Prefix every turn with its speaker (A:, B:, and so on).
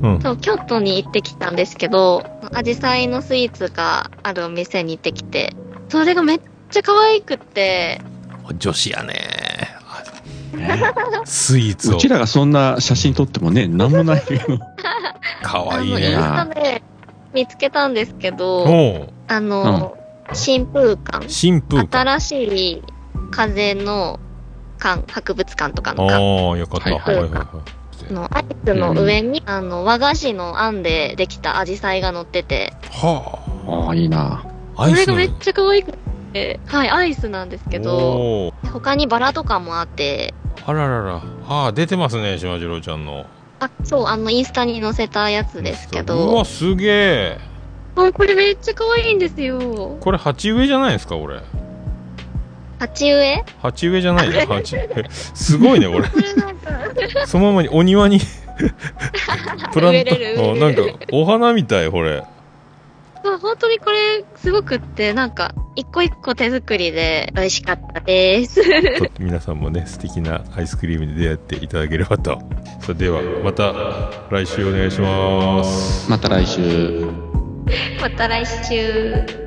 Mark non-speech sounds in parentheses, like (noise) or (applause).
A: うん。
B: そう、京都に行ってきたんですけど、アジサイのスイーツがあるお店に行ってきて、それがめっちゃ可愛くって、
A: 女子やね。
C: ね
A: (laughs) スイーツ
C: う
A: を
C: ち。らがそんな写真撮ってもね、なんもないけど。
A: かわいい
B: あの、イン
A: ね。
B: スタで見つけたんですけど、
A: おう
B: あの、新風館。
A: 新風館。
B: 新しい風の館、博物館とかの館
A: ああ、よかった。
C: はい
A: は
C: はい
B: い
A: はいは
B: のアイスの上に、あの、和菓子のあんでできたアジサイが乗ってて、
A: い。は
C: (laughs) ああ、いいな。
A: あ。ア
B: そ
A: イ
B: れ
A: ス
B: が
A: の
B: めっちゃ可愛くて、はい、アイスなんですけど、
A: おー
B: 他にバラとかもあって、
A: あららら。ああ、出てますね、島次郎ちゃんの。
B: あ、そう、あの、インスタに載せたやつですけ
A: う
B: ど
A: わ、、すげえ。
B: あこれめっちゃ可愛いんですよ。
A: これ鉢植えじゃないですか、これ。
B: 鉢植え
A: 鉢植えじゃないよ、鉢植え。すごいね、これ。
B: これなんか、 (laughs)
A: そのままにお庭にプラ
B: 植
A: ント
B: えれる植えれ
A: あ
B: る
A: なんかお花みたいこれ
B: そう本当にこれすごくって、なんか、一個一個手作りで美味しかった (laughs) です。
A: と皆さんもね素敵なアイスクリームに出会っていただければとそれではまた来週お願いします
C: また来週。
B: また来週。